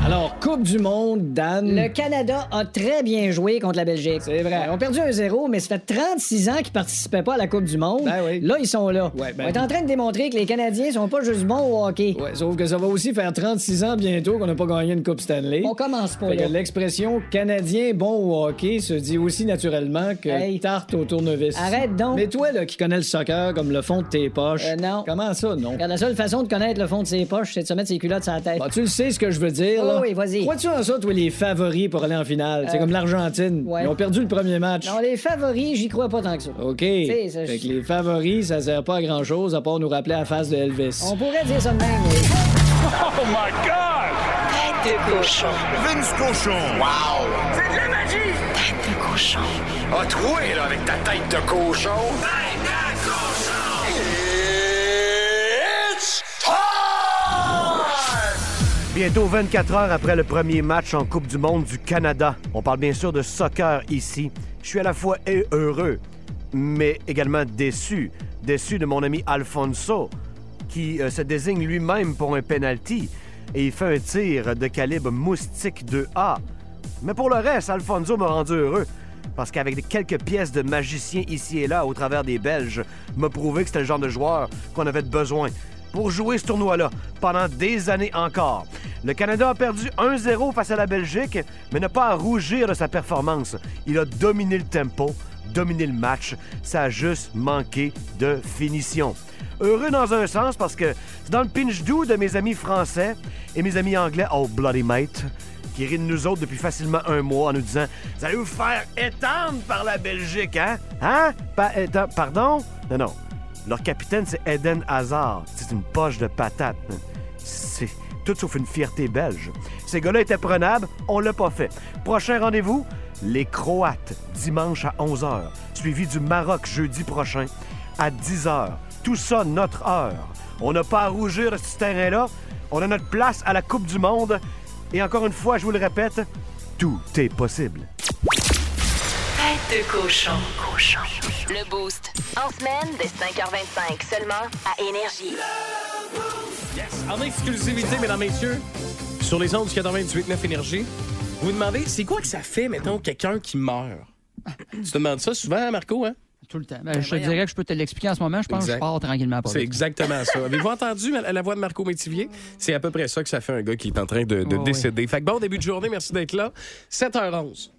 Alors, Coupe du Monde, Dan. Le Canada a très bien joué contre la Belgique. C'est vrai. Ils ont perdu un 0 mais ça fait 36 ans qu'ils participaient pas à la Coupe du Monde. Là, ils sont là. Ben Ouais, ben- On est en train de démontrer que les Canadiens sont pas juste bons au hockey. Ouais, sauf que ça va aussi faire 36 ans bientôt qu'on n'a pas gagné une Coupe Stanley. On commence pas Fait que là. l'expression Canadien bon au hockey se dit aussi naturellement que Hey. tarte au tournevis. Arrête donc. Mais toi, là, qui connais le soccer comme le fond de tes poches. Euh, non. Comment ça, non? Regarde, la seule façon de connaître le fond de ses poches, c'est de se mettre ses culottes sur la tête. Bah, tu le sais ce que je veux dire, là. Oh oui, vas-y. Crois-tu en ça, toi, les favoris pour aller en finale? C'est Euh, comme l'Argentine. ouais. Ils ont perdu le premier match. Non, les favoris, j'y crois pas tant que ça. OK. sais, ça, fait que je- les favoris, ça sert pas à grand-chose à part nous rappeler la face de Elvis. On pourrait dire ça de même. oui. Oh my God! Tête de cochon. Vince cochon. Wow! C'est de la magie! Tête de cochon. Ah, troué, là, avec ta tête de cochon. Tête de cochon! It's Bientôt 24 heures après le premier match en Coupe du Monde du Canada. On parle bien sûr de soccer ici. Je suis à la fois he- heureux, mais également déçu. Déçu de mon ami Alfonso, qui euh, se désigne lui-même pour un penalty. Et il fait un tir de calibre moustique 2A. Mais pour le reste, Alfonso m'a rendu heureux. Parce qu'avec quelques pièces de magicien ici et là au travers des Belges, m'a prouvé que c'était le genre de joueur qu'on avait besoin pour jouer ce tournoi-là pendant des années encore. Le Canada a perdu 1-0 face à la Belgique, mais n'a pas à rougir de sa performance. Il a dominé le tempo, dominé le match. Ça a juste manqué de finition. Heureux dans un sens parce que c'est dans le pinch doux de mes amis français et mes amis anglais, oh bloody mate, qui rit de nous autres depuis facilement un mois en nous disant Vous allez vous faire étendre par la Belgique, hein? Hein? Pas étendre. Pardon? Non, non. Leur capitaine, c'est Eden Hazard. C'est une poche de patate. C'est tout sauf une fierté belge. Ces gars-là étaient prenables, on l'a pas fait. Prochain rendez-vous, les Croates, dimanche à 11h, suivi du Maroc jeudi prochain à 10h. Tout ça, notre heure. On n'a pas à rougir de ce terrain-là. On a notre place à la Coupe du Monde. Et encore une fois, je vous le répète, tout est possible. Tête de cochon. cochon. Le Boost. En semaine, dès 5h25, seulement à Énergie. En exclusivité, mesdames, messieurs, sur les ondes du 98.9 Énergie, vous vous demandez, c'est quoi que ça fait, mettons, quelqu'un qui meurt? tu te demandes ça souvent, Marco, hein? Tout le temps. Ben, je te dirais que je peux te l'expliquer en ce moment. Je pense que je Exact. pars tranquillement pas C'est vite. exactement ça. Avez-vous entendu la, la voix de Marco Métivier? C'est à peu près ça que ça fait un gars qui est en train de, de Oh, oui. décéder. Fait que bon début de journée, merci d'être là. 7h11.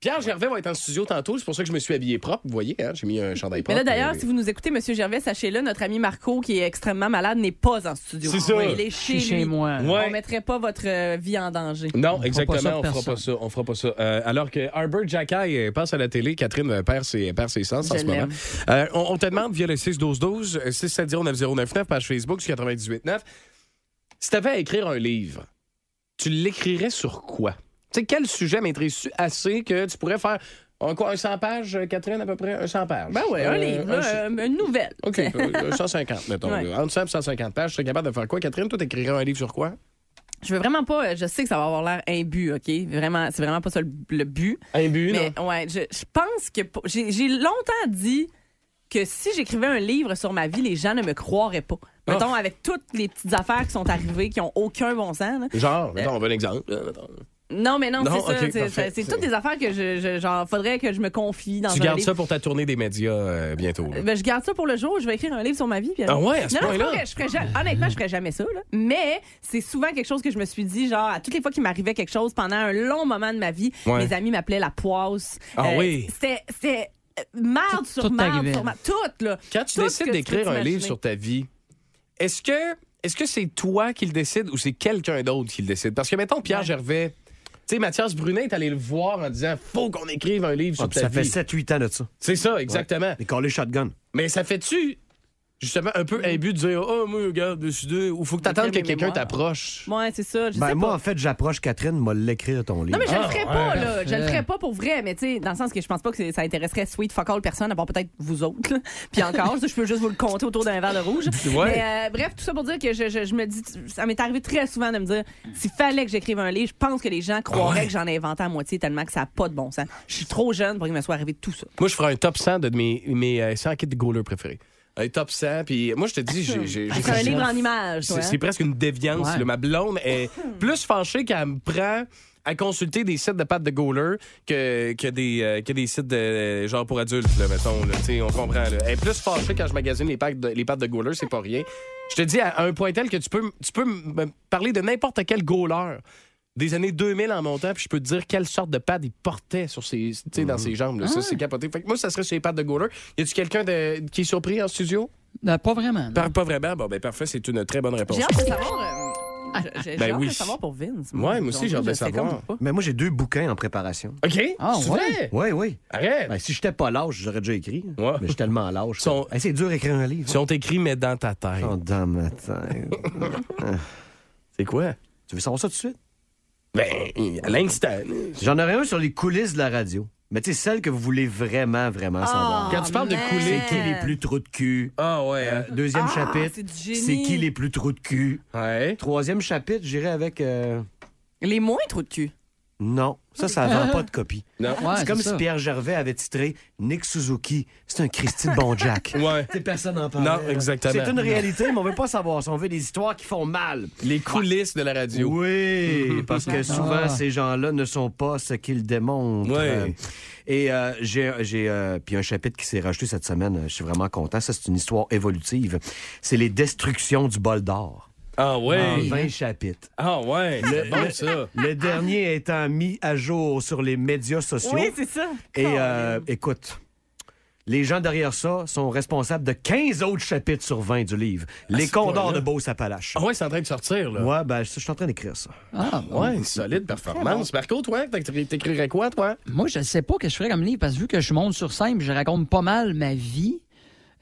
Pierre Gervais va être en studio tantôt, c'est pour ça que je me suis habillé propre, vous voyez, hein? j'ai mis un chandail Mais propre. euh, là, d'ailleurs, Et- si vous nous écoutez, Monsieur Gervais, sachez-le, notre ami Marco, qui est extrêmement malade, n'est pas en studio. C'est ça. Oui, Il est chez, Je suis chez lui. moi. On Ouais. ne mettrait pas votre euh, vie en danger. Non, fera pas ça exactement, de on fera personne. pas ça. On fera pas ça. Euh, alors que Arbor Jackay euh, passe à la télé, Catherine euh, perd ses, perd ses sens Je en ce l'aime. moment. Euh, on, on te demande via le 61212, 6709099, page Facebook du 989. Si t'avais à écrire un livre, tu l'écrirais sur quoi? Tu sais, quel sujet maîtrises-tu assez que tu pourrais faire un, quoi, un 100 pages, euh, Catherine, à peu près? Un 100 pages. Ben ouais, un Euh, livre, un- là, euh, une nouvelle. OK, euh, 150, mettons. Ouais. Entre 100 et 150 pages, tu serais capable de faire quoi, Catherine? Toi, t'écrirais un livre sur quoi? Je veux vraiment pas. euh, Je sais que ça va avoir l'air imbu, ok. Vraiment, c'est vraiment pas ça le, le but. Imbu, Mais ouais, je, je pense que pour- j'ai j'ai longtemps dit que si j'écrivais un livre sur ma vie, les gens ne me croiraient pas. Ah. Mettons avec toutes les petites affaires qui sont arrivées, qui ont aucun bon sens. là. Genre, mettons, on veut un exemple. là, mettons. Non, mais non, Non, c'est ça. ok, c'est- parfait. c'est- c'est toutes des affaires que je, je- genre, faudrait que je me confie dans Tu un gardes livre. ça pour ta tournée des médias euh, bientôt. là. Ben, je garde ça pour le jour où je vais écrire un livre sur ma vie. puis- Ah ouais, à ce Non, non, c'est point-là? pas vrai, je ferais jamais- Honnêtement, je ferais jamais ça. là. Mais c'est souvent quelque chose que je me suis dit, genre, à toutes les fois qu'il m'arrivait quelque chose pendant un long moment de ma vie, Ouais. mes amis m'appelaient la poisse. Euh, Ah oui. C'était. c'était, euh, Marde sur tout marde t'arrivait. sur marde. Tout, là. Quand tu Tout ce décides que d'écrire peux un livre t'imaginer. sur ta vie, est-ce que est-ce que c'est toi qui le décide ou c'est quelqu'un d'autre qui le décide Parce que mettons Pierre Gervais, tu sais Mathias Brunet est allé le voir en disant faut qu'on écrive un livre Ah, sur puis ta ça vie. fait 7-8 ans de ça. C'est ça exactement. Les collés shotgun. Mais ça fait-tu justement un peu imbu de dire oh moi regarde décidé ou faut que t'attendes que Écrire mes quelqu'un mémoires. t'approche. Ouais, c'est ça. Je Ben, sais moi, pas. en fait, j'approche Catherine, m'a l'écrire ton livre. Non, mais je Ah, le ferais pas, ouais. là. Je le Parfait. ferais pas pour vrai, mais tu sais, dans le sens que je pense pas que c'est- ça intéresserait Sweet Fuck All personne, à part peut-être vous autres. là. Puis encore, ça, je peux juste vous le compter autour d'un verre de rouge. Ouais. Mais euh, bref, tout ça pour dire que je, je- je me dis, ça m'est arrivé très souvent de me dire, s'il fallait que j'écrive un livre, je pense que les gens croiraient que j'en ai inventé à moitié tellement que ça n'a pas de bon sens. Je suis trop jeune pour qu'il me soit arrivé tout ça. Moi je ferais un top 100 de mes mes euh, 100 kits de goalers préférés. Un top 100. Puis moi, je te dis, j'ai. j'ai- Ah, C'est un livre en images, toi, Ben, C'est hein? c'est presque une déviance. Ouais. là. Ma blonde est plus fâchée qu'elle me prend à consulter des sites de pâtes de Gauler que, que, des, euh, que des sites de, genre pour adultes, là, mettons. là. Tu sais, on comprend. là. Elle est plus fâchée quand je magasine les pâtes de, les pâtes de Gauler, c'est pas rien. Je te dis à un point tel que tu peux, m- tu peux me parler de n'importe quel Gauler des années 2000 en montant, puis je peux te dire quelle sorte de pâte il portait sur ses, tu sais, dans ses jambes. là. Ça, c'est capoté. Fait que moi, ça serait sur les pattes de Gauler. Y a-tu quelqu'un de- qui est surpris en studio? Ben, pas vraiment. Pas, vraiment? Bon, ben parfait, c'est une très bonne réponse. J'ai hâte de savoir. euh, j'ai- j'ai Ben hâte oui. de savoir pour Vince. Ouais, moi aussi, j'ai hâte de Je sais savoir. comme pas. Mais moi, j'ai deux bouquins en préparation. OK? Ah, C'est ouais? vrai? Oui, oui. Arrête. Ben, si j'étais pas lâche, j'aurais déjà écrit. hein. Mais je suis tellement lâche. Sont- Hey, c'est dur d'écrire un livre. Oh, Ils sont écrits, mais dans ta tête. Sont dans ma tête. Ah. c'est quoi? Tu veux savoir ça tout de suite? Ben, à l'instant. J'en aurais un sur les coulisses de la radio. Mais tu sais, celle que vous voulez vraiment, Ah. vraiment savoir. Quand tu parles de Oh, man. coulisses- C'est qui les plus trous de cul? Ah ouais. euh, deuxième Ah, chapitre, c'est du génie. c'est qui les plus trous de cul? Troisième chapitre, j'irai avec... euh, Les moins trop de cul. Non, ça, ça vend pas de copie. Non. Ouais, c'est c'est comme ça. si Pierre Gervais avait titré Nick Suzuki, c'est un Christine Bonjack. ouais. Personne n'en parle. Non, exactement. C'est une réalité, mais on veut pas savoir ça. On veut des histoires qui font mal. Les coulisses de la radio. Oui, parce que souvent, Ah. ces gens-là ne sont pas ce qu'ils démontrent. Ouais. Et euh, j'ai, j'ai, euh, puis un chapitre qui s'est rajouté cette semaine, euh, je suis vraiment content. Ça, c'est une histoire évolutive. C'est les destructions du bol d'or. Ah En ouais. 20 chapitres. Ah ouais, c'est bon ça. Le dernier étant mis à jour sur les médias sociaux. Oui, c'est ça. Et euh, écoute, les gens derrière ça sont responsables de 15 autres chapitres sur 20 du livre. les ce Condors point-là. de Beauce-Appalaches. Ah ouais, c'est en train de sortir, là. Ouais, ben, ça, je suis en train d'écrire ça. Ah, ouais, une solide performance. Marco, toi, t'écri- t'écrirais quoi, toi? Moi, je sais pas ce que je ferais comme livre parce que vu que je monte sur scène, je raconte pas mal ma vie.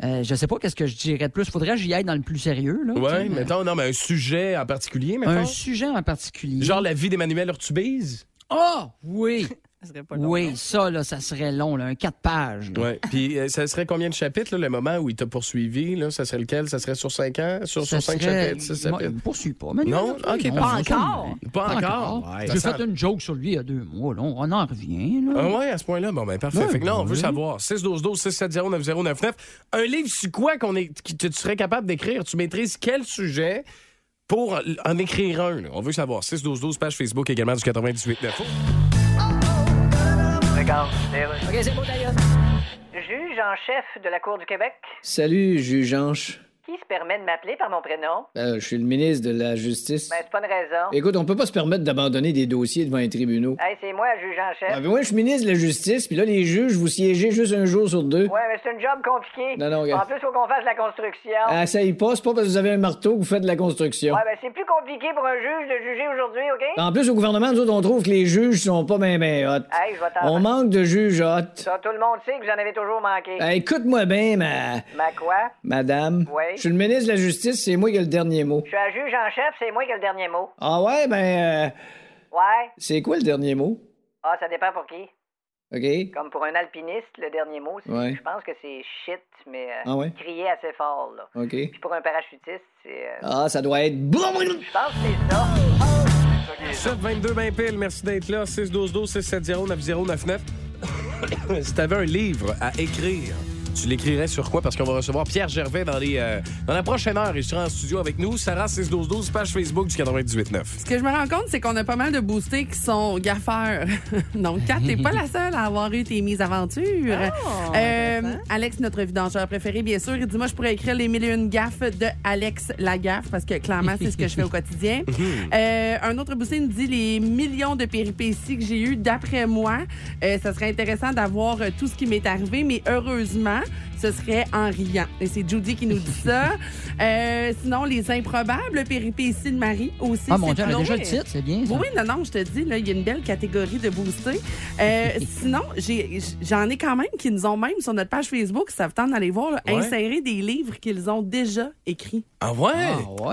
euh, je sais pas qu'est-ce que je dirais de plus. Faudrait que j'y aille dans le plus sérieux. Là, tu Ouais, sais, mettons, non, mais un sujet en particulier, mettons. Un sujet en particulier. Genre la vie d'Emmanuel Urtubise? Ah, oui! serait pas long, oui, ça, là, ça serait long, là, un quatre pages. là. Ouais. Puis euh, ça serait combien de chapitres, là, le moment où il t'a poursuivi? Là? Ça serait lequel? Ça serait sur 5 ans? Sur, Ça sur 5 serait- chapitres? six Moi, chapitres? il me poursuit pas. mais Non? il- Ok, on- pas on- encore? Pas encore? Ouais. J'ai Ça fait sent- une joke sur lui il y a deux mois. Là. On en revient. Là. Ah ouais, à ce point-là, bon ben parfait. Ouais, fait que là, on veut ouais. savoir 6 12 12 6 7 0 9 0 9 9. Un livre sur quoi qu'on est qui- tu tu serais capable d'écrire, tu maîtrises quel sujet pour en écrire un. là. On veut savoir 6 12 12 page Facebook également du Oh. 98 9. Regarde, OK, c'est bon, d'ailleurs. Juge en chef de la Cour du Québec, Salut, juge Anche. qui se permet de m'appeler par mon prénom? Ben, je suis le ministre de la Justice. Ben, c'est pas une raison. Écoute, on peut pas se permettre d'abandonner des dossiers devant les tribunaux. Hey, c'est moi, juge en chef. Ah, ben, moi, je suis ministre de la Justice, puis là, les juges, vous siégez juste un jour sur deux. Ouais, mais c'est une job compliquée. Non, non, regarde. En plus, faut qu'on fasse la construction. Ah, ça y passe pas parce que vous avez un marteau que vous faites de la construction. Ouais, ben, c'est plus compliqué pour un juge de juger aujourd'hui, OK? En plus, au gouvernement, nous autres, on trouve que les juges sont pas ben, ben hot. Hey, je vais t'en- On manque de juges hot. Ça, tout le monde sait que vous en avez toujours manqué. Ben, écoute-moi bien, ma... Ma quoi? madame. Oui. Je suis le ministre de la Justice, c'est moi qui ai le dernier mot. Je suis un juge en chef, c'est moi qui ai le dernier mot. Ah ouais, ben... euh, Ouais? c'est quoi le dernier mot? Ah, ça dépend pour qui. OK? Comme pour un alpiniste, le dernier mot, c'est- Ouais. je pense que c'est shit, mais euh, Ah ouais? crier assez fort, là. OK. Puis pour un parachutiste, c'est... euh, Ah, ça doit être... Je pense que c'est ça. 722 ben pile, merci d'être là 6 12 12 6 7 0 9 0 9 9. si t'avais un livre à écrire, tu l'écrirais sur quoi parce qu'on va recevoir Pierre Gervais dans les euh, dans la prochaine heure, il sera en studio avec nous, Sarah 6 12 12 page Facebook du 98 9. Ce que je me rends compte, c'est qu'on a pas mal de boostés qui sont gaffeurs. Donc, Kat, t'es pas la seule à avoir eu tes mises aventures. Euh, Alex, notre vidangeur préféré, bien sûr, il dit Moi, je pourrais écrire les mille et une gaffes de Alex Lagaffe, parce que clairement, c'est ce que je fais au quotidien. Euh, un autre boosté nous dit Les millions de péripéties que j'ai eues, d'après moi, euh, ça serait intéressant d'avoir euh, tout ce qui m'est arrivé, mais heureusement, ce serait en riant. Et c'est Judy qui nous dit ça. Euh, sinon, les improbables péripéties de Marie aussi. Ah, mon c'est Dieu, elle a drôle. déjà le titre, c'est bien, ça. Oui, non, non, je te dis, là, il y a une belle catégorie de boostés. Euh, sinon, j'ai- j'en ai quand même qui nous ont même sur notre page Facebook, ça vous tente d'aller voir, là, Ouais. insérer des livres qu'ils ont déjà écrits. Ah ouais.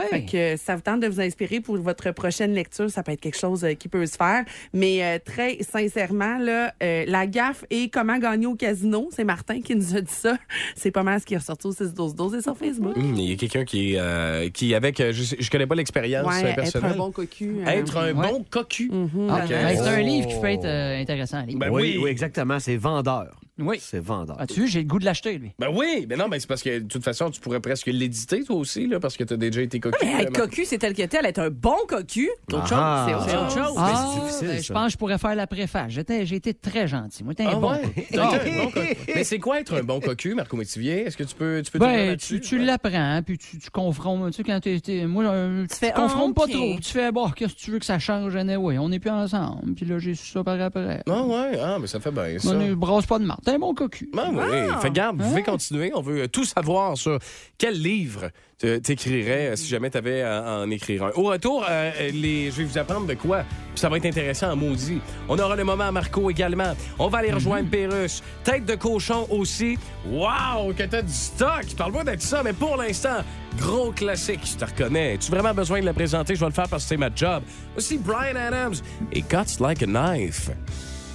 Fait que euh, ça vous tente de vous inspirer pour votre prochaine lecture, ça peut être quelque chose euh, qui peut se faire. Mais euh, très sincèrement, là, euh, la gaffe et comment gagner au casino, c'est Martin qui nous a dit ça. C'est pas mal ce qui est ressorti au 6-12-12 et sur Facebook. Mm. Hum, Il y a quelqu'un qui, euh, qui avec, euh, je, sais- je connais pas l'expérience Ouais, euh, être personnelle. un bon cocu, euh, Être ouais. un Mm-hmm. bon cocu. Ah, Ok. Oh. ben, c'est un livre qui peut être euh, intéressant à lire. Ben Ah, oui, oui, exactement. C'est vendeur. Oui. C'est vendeur. As-tu vu, j'ai le goût de l'acheter, lui. Ben oui, mais non, mais c'est parce que de toute façon, tu pourrais presque l'éditer toi aussi, là, parce que t'as déjà été cocu. Mais être vraiment. cocu, c'est tel que tel. Être un bon cocu, c'est autre Ah. chose. C'est autre chose. Ah, Mais c'est difficile, ben, ça. je pense que je pourrais faire la préface. J'étais- J'ai été très gentil. Moi, j'étais un Ah bon. ouais? T'as été un bon cocu. Mais c'est quoi être un bon cocu, Marco Métivier? Est-ce que tu peux, tu peux t'ouvrir Ben, là-dessus? tu, tu l'apprends, hein, puis tu, tu confrontes. Tu sais, quand t'es- t'es- moi, euh, tu fais, te confrontes ah, pas ok. trop. Tu fais, bon, qu'est-ce que tu veux que ça change? Anyway, on n'est plus ensemble. Puis là, j'ai su ça par après. Ah ouais, ah, mais ça fait bien ça. On ne brasse pas de marre. T'es un bon cocu. Ah oui, fait garde, vous pouvez continuer. On veut euh, tout savoir sur quel livre te- t'écrirais euh, si jamais t'avais à en écrire un. Au retour, euh, les... je vais vous apprendre de quoi. Puis ça va être intéressant en maudit. On aura le moment à Marco également. On va aller rejoindre Pérus. Tête de cochon aussi. Waouh, que t'as du stock! Parle-moi de ça, mais pour l'instant, gros classique, je te reconnais. As-tu vraiment besoin de la présenter? Je vais le faire parce que c'est ma job. Aussi Brian Adams et Cuts Like a Knife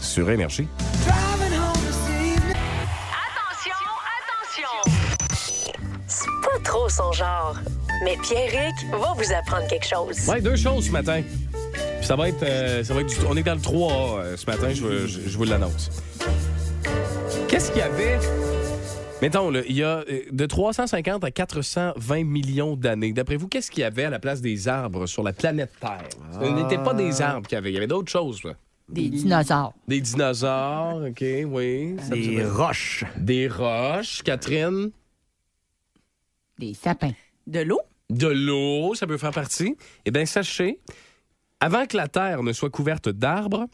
sur Énergie. Attention, attention! C'est pas trop son genre. Mais Pierrick va vous apprendre quelque chose. Ouais, deux choses ce matin. Puis ça va être, euh, ça va être du- on est dans le 3A euh, ce matin, je, vous- je- je vous l'annonce. Qu'est-ce qu'il y avait? Mettons, là, il y a euh, de 350 à 420 millions d'années. D'après vous, qu'est-ce qu'il y avait à la place des arbres sur la planète Terre? Ce n'était pas des arbres qu'il y avait, il y avait d'autres choses. là. Des dinosaures. Des dinosaures, OK, oui. Des roches. Des roches, Catherine. Des sapins. De l'eau? De l'eau, ça peut faire partie. Eh bien, sachez, avant que la Terre ne soit couverte d'arbres,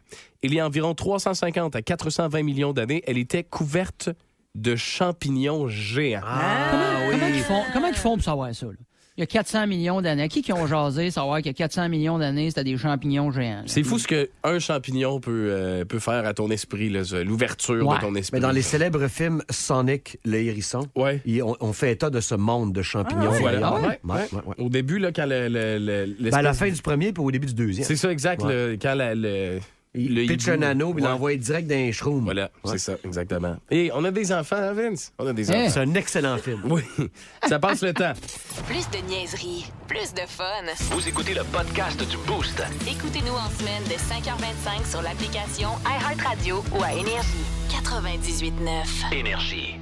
il y a environ 350 à 420 millions d'années, elle était couverte de champignons géants. Ah. Ah. Comment ils font, comment ils font pour savoir ça? là? Il y a 400 millions d'années. Qui qui ont jasé savoir qu'il y a 400 millions d'années, c'était des champignons géants? là? C'est fou ce qu'un champignon peut, euh, peut faire à ton esprit, là, ce- l'ouverture de Ah. ton esprit. Mais dans les célèbres films Sonic, le hérisson, ils- on, on fait état de ce monde de champignons. Ah, Voilà. d'ailleurs. Ouais, Ouais, ouais. ouais, ouais. Au début, là, quand le, le- le- Ben, à la l'espèce- fin du premier puis au début du deuxième. C'est ça, exact. Ouais. le- quand la- le, Il le pitch hibou- un anneau puis il Ouais. l'envoie direct dans les shrooms. Voilà, c'est ça, exactement. Et on a des enfants, hein, Vince? On a des Eh. enfants. C'est un excellent film. Oui, ça passe le temps. Plus de niaiserie, plus de fun. Vous écoutez le podcast du Boost. Écoutez-nous en semaine de 5h25 sur l'application iHeartRadio ou à Énergie 98.9. Énergie.